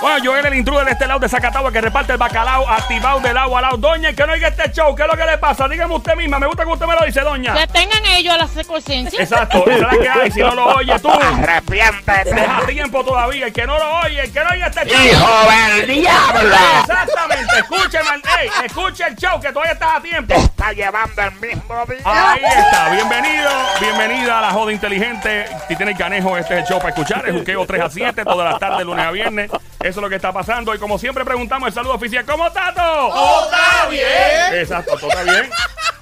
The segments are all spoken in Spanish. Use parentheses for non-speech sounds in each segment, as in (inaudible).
Bueno, Joel, el intruder de este lado de Zacatagua que reparte el bacalao activado del agua al lado. Doña, el que no oiga este show, ¿qué es lo que le pasa? Dígame usted misma, me gusta que usted me lo dice, doña. Que tengan ellos a la secuencia. Exacto, esa es la que hay, si no lo oye tú. Arrepiéntete, Deja tiempo todavía, el que no lo oye, el que no oiga este show. hijo del diablo. Exactamente, escúcheme, ey, escuche el show que todavía estás a tiempo. Te está llevando el mismo día. Ahí está, bienvenido, bienvenida a la joda inteligente. Si tiene el canejo, este es el show para escuchar. El juqueo 3 a 7, todas las tardes, lunes a viernes. Eso es lo que está pasando. Y como siempre, preguntamos el saludo oficial. ¿Cómo está todo? está bien! Exacto, todo está bien.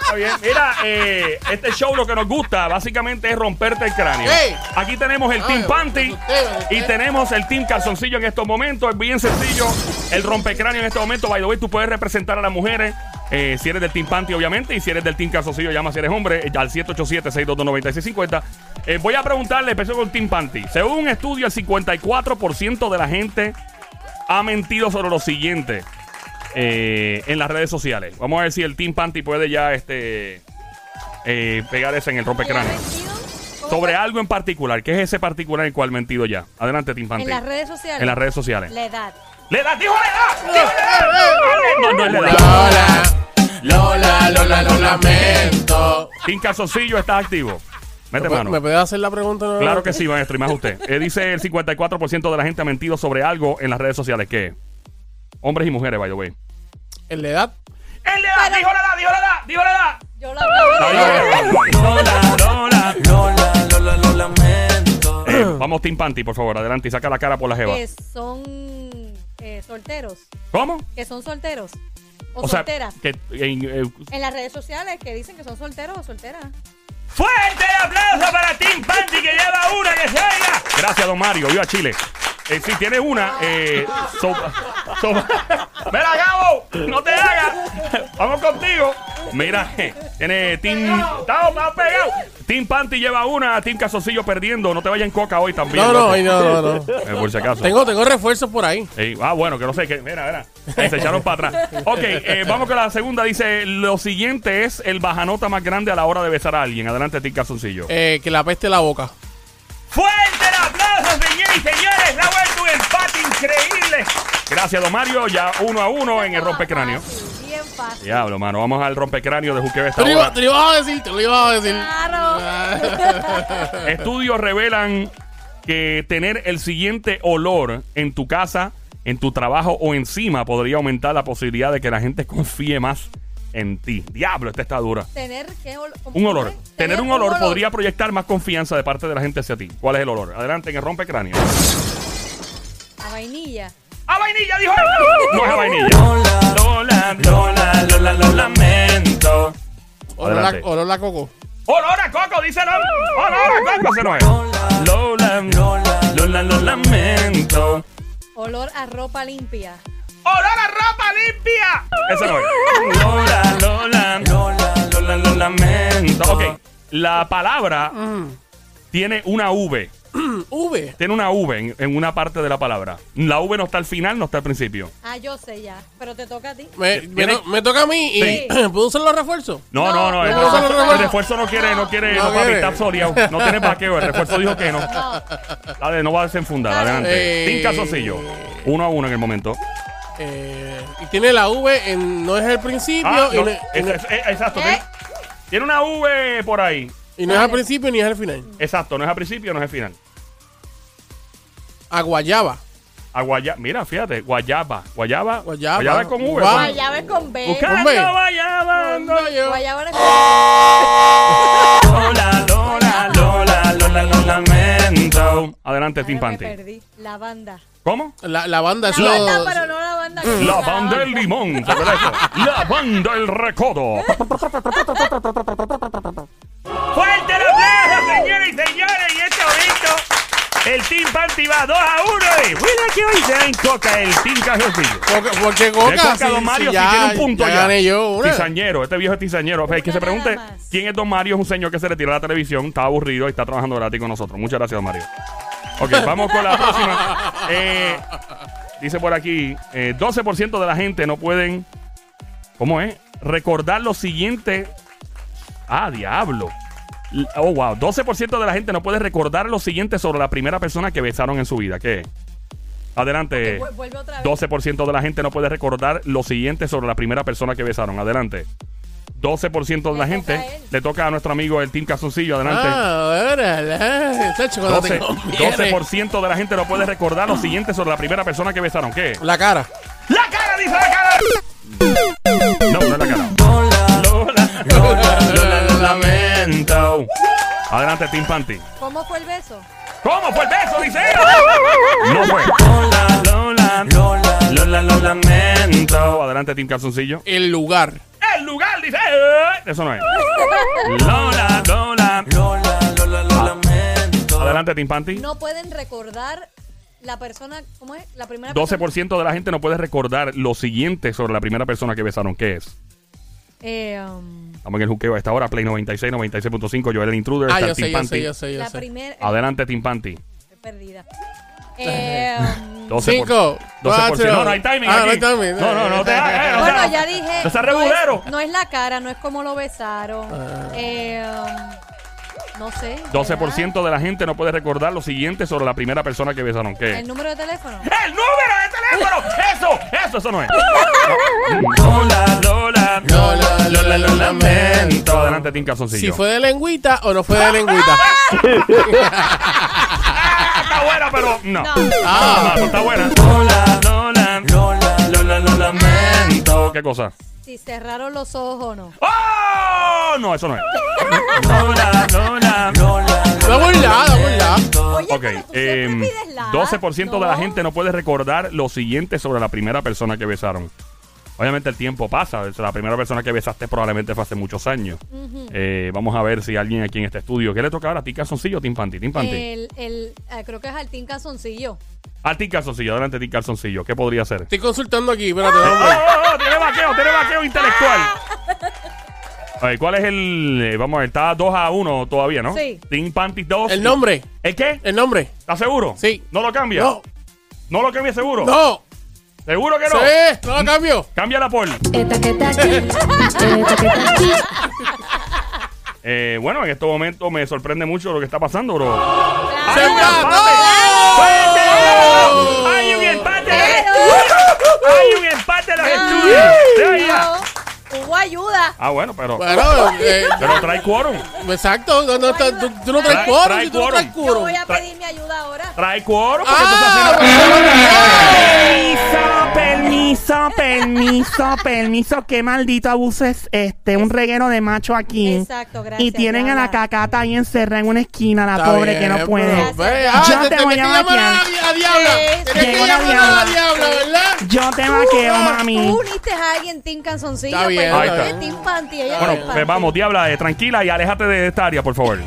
Está bien. Mira, eh, este show lo que nos gusta básicamente es romperte el cráneo. Ey. Aquí tenemos el Team Ay, Panty me asusté, me asusté. y tenemos el Team Calzoncillo en estos momentos. Es bien sencillo el rompecráneo en este momento. By the way, tú puedes representar a las mujeres. eh, si eres del Team Panty, obviamente, y si eres del Team Calzoncillo, llama si eres hombre eh, al 787-622-9650. Eh, voy a preguntarle, empezó con el Team Panty. Según un estudio, el 54% de la gente ha mentido sobre lo siguiente eh, en las redes sociales. Vamos a ver si el Team Panty puede ya este eh, pegar ese en el rompecráneo. Sobre algo en particular. ¿Qué es ese particular en el cual mentido ya? Adelante, Team Panty. En las redes sociales. En las redes sociales. La edad. ¡Le da, dijo le da! No, no es le da. Lola, Lola, Lola, lo lamento. Team Calzoncillo, estás activo. Mete mano. ¿Me puede hacer la pregunta? nuevamente? Claro que sí, maestro, y más usted. Eh, dice el 54% de la gente ha mentido sobre algo en las redes sociales. ¿Qué? Hombres y mujeres, by the way. ¿En la edad? ¡Él le da! ¡Dijo le da! ¡Dijo le da! ¡Dijo le da! Yo la veo. Lola, Lola, Lola, lo lamento. Eh, vamos, Team Panty, por favor, adelante y saca la cara por la jeva. Que son eh, solteros. ¿Cómo? Que son solteros. O, O sea, solteras. que, eh, eh, en las redes sociales que dicen que son solteros o solteras. ¡Fuerte el aplauso para Team Panty que lleva una que se oiga! Gracias, don Mario. Viva Chile. Eh, si tiene una, eh, so- so- ¡Mira, Gabo! ¡No te hagas! ¡Vamos contigo! Mira, eh, tiene Team... ¡Estamos más pegados! Team Panty lleva una, Team Casocillo perdiendo. No te vayas en coca hoy también. No, loco. no, ay, no, no, no. Eh, por si acaso. Tengo, tengo refuerzos por ahí. Ey, ah, bueno, que no sé qué. Mira, mira. Eh, se echaron para atrás. Ok, eh, vamos con la segunda. Dice: Lo siguiente es el bajanota más grande a la hora de besar a alguien. Adelante, Tim Calzoncillo. Eh, que la peste la boca. ¡Fuerte el aplauso, señores y señores! ¡La vuelta un empate increíble! Gracias, don Mario. Ya uno a uno en el rompecráneo. Fácil, bien fácil. Diablo, mano. Vamos al rompecráneo de Juqueo esta Te lo, iba, hora. te lo iba a decir, te lo iba a decir. (laughs) Claro. Estudios revelan que tener el siguiente olor en tu casa, en tu trabajo o encima podría aumentar la posibilidad de que la gente confíe más en ti. Diablo, esta está dura. Tener que ol- ¿cómo Un olor. se dice? Tener un olor podría proyectar más confianza de parte de la gente hacia ti. ¿Cuál es el olor? Adelante, en el rompecráneo. A vainilla. ¡A vainilla, dijo! él! No es a vainilla. Lola, Lola, Lola, Lola, lo lamento. Olor la, Adelante. olor la coco. Olor a coco, dice el hombre. Olor a coco, se no es. Lola, Lola, Lola, lo lamento. Olor a ropa limpia. Olor a ropa limpia. Ese no es. Lola, Lola, Lola, Lola, lo lamento. No, ok. La palabra tiene una V. V. Tiene una V en, en una parte de la palabra. La V no está al final, no está al principio. Ah, yo sé ya. Pero te toca a ti. Me, me ¿Tiene- to- me toca a mí y Sí. (clears throat) ¿puedo usar los refuerzos? No, no, no. No, el, no, refuerzo, no, no. el refuerzo no quiere, no quiere, no, No papi, quiere. está soleado. No tiene paqueo. El refuerzo dijo que no. Dale, no va a desenfundar. Adelante. Eh. Tinca Socillo. Uno a uno en el momento. Eh, y tiene la V, en, no es el principio Ah, y, no, no, es- y no- es- es- exacto. ¿Eh? Tiene, tiene una V por ahí. y no es al principio ni es al final. Exacto, no es al principio, no es al final. Aguayaba. A guaya- mira, fíjate, guayaba. Guayaba. Guayaba. Guayaba es con V. Guay- Juan. Guayaba es con B. Buscando Hombre. guayaba. no- Guayaba es con Lola, Lola, Lola, Lola, lo lamento. Adelante, Ahora me Timpante. perdí. Lavanda. ¿Cómo? La, la banda es La banda, los- pero no la banda. Mm. La banda del limón, ¿te acuerdas de eso? La banda del recodo. ¡Fuerte la plaza, señores y señores! Y este momento, el Team Panty va 2 a 1. Y mira que hoy se en coca el Team Cajocillo. Porque, porque Coca, De coca, si- don Mario, si si, ya, tiene un punto ya ya. gané yo una. Tizañero, este viejo es tizañero. Pues, que se Una nada pregunte más. quién es don Mario, es un señor que se retira de la televisión, está aburrido y está trabajando gratis con nosotros. Muchas gracias, don Mario. (laughs) Ok, vamos con la próxima. Eh, dice por aquí, eh, 12% de la gente no pueden, ¿cómo es? Recordar lo siguiente. Ah, diablo. L- Oh, wow. 12% de la gente no puede recordar lo siguiente sobre la primera persona que besaron en su vida. ¿Qué es? Adelante. Vu- Vuelve otra vez. 12% de la gente no puede recordar lo siguiente sobre la primera persona que besaron. Adelante. 12% de la Le gente toca a él. le toca a nuestro amigo el Team Casoncillo. Adelante. Ah, órale. Chacho, cuando te 12, conviene. 12% de la gente no puede recordar lo siguiente sobre la primera persona que besaron. ¿Qué? La cara. ¡La cara, dice la cara! No, no es la cara. Lola, Lola, Lola, lo lo lamento. Adelante, Team Panty. ¿Cómo fue el beso? ¿Cómo fue el beso? Dice ella. No fue. Lola, Lola, lo lamento. Adelante, Team Calzoncillo. El lugar. El lugar, dice. ella. Eso no es. Lola, Lola. Adelante, Team Panty. No pueden recordar la persona, ¿cómo es? La primera persona. 12% de la gente no puede recordar lo siguiente sobre la primera persona que besaron. ¿Qué es? Eh, um, Estamos en el juqueo a esta hora. Play 96, 96.5. Joel el Intruder. Ah, está yo el Team sé, yo sé, Panty. yo sé, yo la sé. primera. eh, Adelante, Team Panty. estoy (laughs) perdida. Eh, um, 12%. 12%. Cinco, cuatro. No, no hay timing. Ah, aquí. no hay timing. No, no, no te hagas. eh, (laughs) no bueno, seas- ya dije. No seas no es- regulero. No, es la cara, no es cómo lo besaron. Ah. Eh, um, no sé. ¿verdad? 12% de la gente no puede recordar lo siguiente sobre la primera persona que besaron. ¿Qué? El número de teléfono. ¡El número de teléfono! ¡Eso! ¡Eso! ¡Eso no (laughs) es! Lola, Lola, Lola, Lola, lo lamento. Adelante, Tim Si Calzoncillo. fue de lengüita o no fue de lengüita. (laughs) ¡Ah! Está buena, pero no. No. Ah, no, está buena. Lola, Lola, Lola, Lola, lo lamento. ¿Qué cosa? Si cerraron los ojos o no. ¡Oh! No, eso no es. Lola, Lola, Lola. Da por la, da por la. Oye, Ok, pero tú siempre em, pides la- 12% de la No. gente no puede recordar lo siguiente sobre la primera persona que besaron. Obviamente el tiempo pasa, o sea, la primera persona que besaste probablemente fue hace muchos años. Eh, vamos a ver si alguien aquí en este estudio, ¿qué le toca ahora? ¿A ti calzoncillo o Tim Panty? Tim Panty. El, el, eh, creo que es Altín Calzoncillo. A ti Ah, calzoncillo, adelante ti calzoncillo, ¿qué podría ser? Estoy consultando aquí, espérate. ¡Oh, dame. oh, oh! tiene vaqueo, tiene vaqueo intelectual! Ah. A ver, ¿cuál es el...? eh, vamos a ver, está 2 a 1 todavía, ¿no? Sí. Team Panty 2. El nombre, ¿El qué? el nombre. ¿Estás seguro? Sí. ¿No lo cambia? No, ¿No lo cambia seguro? no. ¿Seguro que no? Sí, no lo cambio. Cámbiala por. Eh, bueno, en estos momentos me sorprende mucho lo que está pasando, bro. ¡Se ¡Hay un empate! empató! ¡Hay un empate! ¡Eh! ¡Hay un Pero- empate en los estudios! ¡Se oía! No, Hubo ayuda. Ah, bueno, pero, Bueno, eh, pero trae quórum. exacto. No, no, está- tú, tú no traes Trae- quórum, trae si tú no traes Yo quórum. voy a Tra- pedir mi ayuda ahora. Trae quórum porque Ah, entonces así no- Permiso, permiso, permiso, permiso. Qué maldito abuso es este. Un reguero de macho aquí. Exacto, gracias. Y tienen a la Diabla. cacata ahí encerrada en una esquina, la Está pobre que bien, no puede. pero ve, Yo ah, te te tenés voy que a llamar a vaquear. la a diabla. Sí, Tienes sí. que llamar a la Sí. diabla, ¿verdad? Yo te vaqueo, mami. Tú uniste a alguien Team Canzoncillo, pues, Está bien, pero ahí tú está. eres Team Panty. Ella es Bueno, Team pues Panty. vamos, diabla, eh, tranquila y aléjate de esta área, por favor.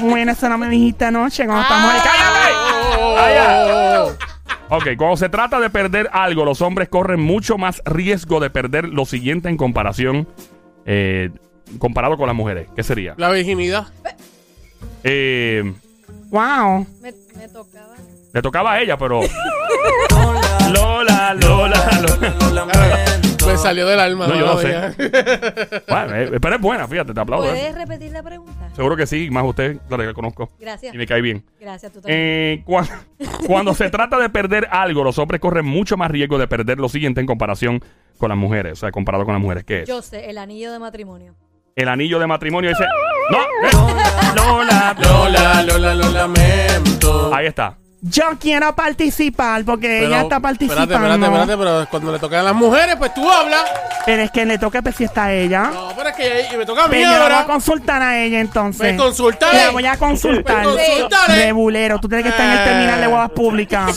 Bueno, eso no me dijiste anoche cuando estamos ¡Ay, en cállate! ¡Cállate! Ok, cuando se trata de perder algo, los hombres corren mucho más riesgo de perder lo siguiente en comparación, eh, comparado con las mujeres. ¿Qué sería? La virginidad. Eh, Wow. Me, me tocaba. le tocaba a ella, pero... Lola, Lola, Lola. Me salió del alma. No, yo mano no sé. mía. Bueno, eh, pero es buena, fíjate, te aplaudo. eh. ¿Puedes repetir la pregunta? Seguro que sí, más usted, claro que la conozco. Gracias. Y me cae bien. Gracias, tú también. Eh, cua- cuando se trata de perder algo, los hombres corren mucho más riesgo de perder lo siguiente en comparación con las mujeres. O sea, comparado con las mujeres, ¿qué es? Yo sé, el anillo de matrimonio. El anillo de matrimonio dice. ¡No! eh, Lola, Lola, Lola, lo lamento. Ahí está. Yo quiero participar porque ella está participando. Espérate, espérate, espérate, pero cuando le tocan a las mujeres, pues tú hablas. Pero es que le toca pues, si está ella. No, pero es que y me toca a mí Pero yo la voy a ahora. consultar a ella entonces. Me consultaré. La voy a consultar. Me consultaré. Rebulero, tú tienes que estar en el terminal de guadas públicas.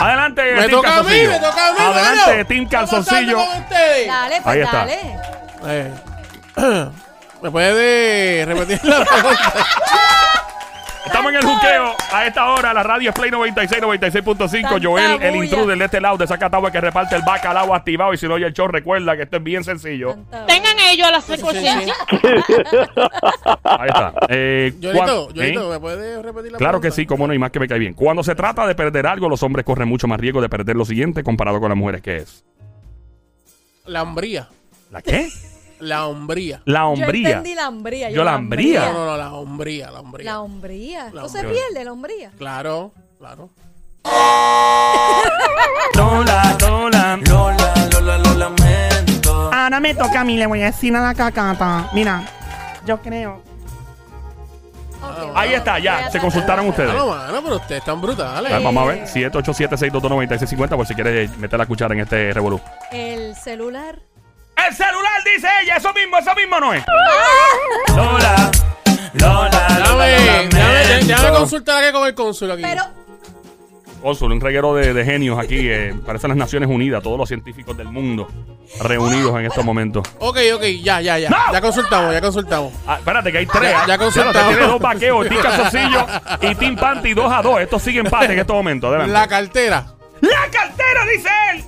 Adelante, Me Team toca a mí, Calzoncillo. me toca a mí. Adelante, mano. Team Estoy Calzoncillo. pasando con ustedes. Dale, pues Ahí está. dale. Eh, (clears throat) ¿Me puede repetir la pregunta? Estamos en el juqueo. A esta hora, la radio es Play 96, 96.5. Tanta Joel, el bulla. intruder de este lado, de Zacatagua, que reparte el bacalao activado. Y si no oye el show, recuerda que esto es bien sencillo. Tanta- Tengan ellos a la secuencia. Ahí está. Eh, Yolito, cuan- Yolito, ¿eh? ¿me puede repetir la Claro que pregunta? sí, como no, y más que me cae bien. Cuando se trata de perder algo, los hombres corren mucho más riesgo de perder lo siguiente comparado con las mujeres, ¿qué es? La hombría. ¿La qué? La hombría. La Yo hombría. entendí la hombría. Yo la hombría. No, no, no, la hombría, la hombría. La hombría. La Eso se hombría. pierde, la hombría. Claro, claro. Lola, Lola, Lola, Lola, lo lamento. Ahora me toca a mí, le voy a decir a la cacata. Mira, yo creo. Ok, Ah, Ahí bueno, está, voy ya. a Se tratar. consultaron ustedes. Ah, no, mano, pero ustedes están brutales. A ver, vamos a ver. 787-622-9650 por si quieres meter la cuchara en este revolú. El celular. El celular, dice ella. Eso mismo, eso mismo no es. Lola, Lola, Lola, Déjame, déjame, lo déjame lamento. consultar aquí con el cónsul aquí. Pero, Cónsul, un reguero de, de genios aquí. eh, parecen las Naciones Unidas, todos los científicos del mundo reunidos en estos momentos. Ok, ok, ya, ya, ya. No. Ya consultamos, ya consultamos. Ah, espérate, que hay tres. Ya- ah. ya consultamos. Claro, usted tiene dos vaqueos, Tica Sosillo y Team Panty 2 a 2. Esto sigue empate en estos momentos. Adelante. La cartera. ¡La cartera, dice él!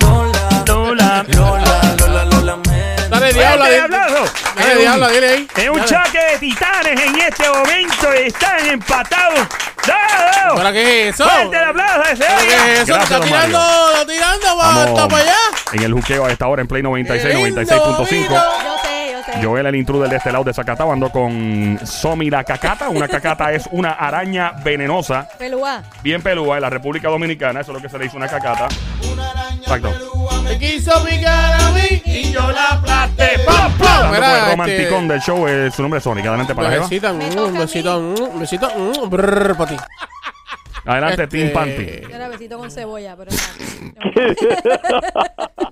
Lola, Lola, Lola, Lola, lo lamento. Dale, diabla, ¡Fuerte dile. aplauso! Dale, Es diabla, dile ahí. un- Es un Dale. choque de titanes en este momento. Están empatados. ¡No! ¿Para qué es eso? ¡Fuerte el aplauso! ese ¿Para oiga! qué es eso? Gracias, Está don tirando, Mario. está tirando, va, Vamos está para allá. En el juqueo a esta hora en Play 96, Lindo, 96.5. yo sé, yo sé. Joel, el intruder de este lado de Zacatau, ando con Somi la cacata. Una cacata es una araña venenosa, Pelúa. bien pelúa, en la República Dominicana. Eso es lo que se le dice una cacata. Exacto. Me quiso picar a mí y yo la aplasté. ¡Pam, pam! Hablando con el Mira, romanticón este, del show, eh, su nombre es Sonic. Adelante para Eva. Besita, Me mm, toca a mí. besito, mm, besito, mm, brrr, para ti. Adelante, Este, Team Panty. Yo era besito con (laughs) cebolla, pero.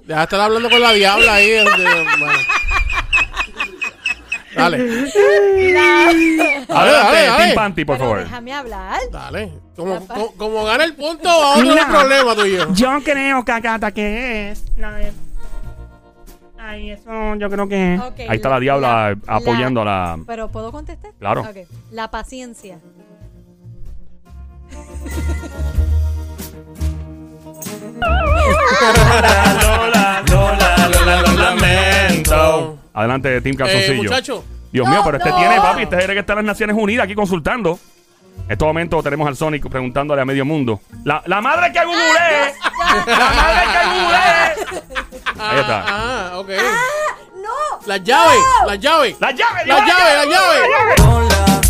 Deja de estar hablando con la diabla ahí. este, bueno. Dale, Adelante, dale, dale. Team Panty, por Pero favor. Déjame hablar. dale. Como, como, como gana el punto, vamos a tener Mira. un problema tú y yo. Yo creo, cacata, que es la de. Ay, eso yo creo que es. Ok, Ahí está la diabla apoyando a la- Pero ¿puedo contestar? Claro. Ok. La paciencia. Lola, Lola, Lola, lo lamento. Adelante, Team Eh, Calzoncillo. muchacho, Dios No, mío, pero este no. tiene, papi, este tiene que estar en las Naciones Unidas aquí consultando. En este momento tenemos al Sonic preguntándole a medio mundo. La, la madre que googleé. La madre que googleé. Ahí está. Ah, ok. ¡No! Las llaves, las llaves. La llave, Las llaves, las llaves. Lola,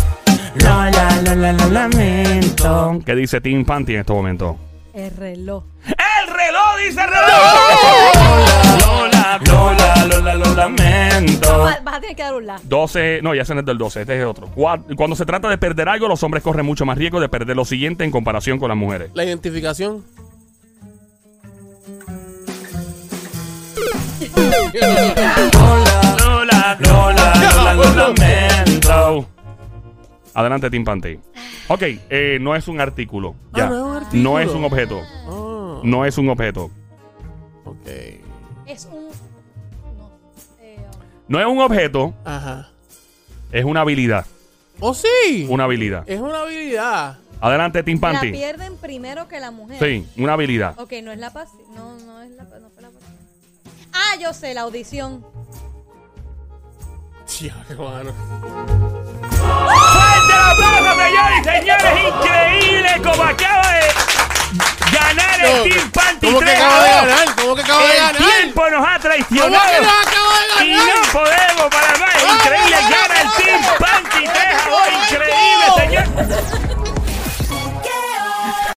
Lola, Lola, lo lamento. ¿Qué dice Team Panty en este momento? El reloj. Ah. El reloj dice el reloj. Lola, Lola, Lola, lo lamento. Va- Vas a tener que dar un la. 12, no, ya se es del 12, este es otro. Cua- Cuando se trata de perder algo, los hombres corren mucho más riesgo de perder lo siguiente en comparación con las mujeres. La identificación. Lola, Lola, Lola, lo lamento. Adelante, Team Panty. Ok, eh, no es un artículo. Ya. Ah, no es un No es un artículo. objeto. Ah, No es un objeto. ok. Es un. No. Eh, No es un objeto, Ajá. es una habilidad. Oh, sí. Una habilidad. Es una habilidad. Adelante, Team la Panty. pierden primero que la mujer. Sí, una habilidad. Ok, no es la paciencia. No, no es la pa- no fue la paciencia. Ah, yo sé, la audición. Tía, hermano. ¡Fuerte el aplauso, señores y señores! ¡Increíble como acaba de ganar el Team Panty ¿Cómo que 3 acaba de a 2. ganar? ¿Cómo que acaba de ganar? El tiempo nos ha ¿Cómo que no traicionado. acaba de Y ganar? no podemos para más. Increíble. Gana el Team Panty 3 a 2. Increíble, señor.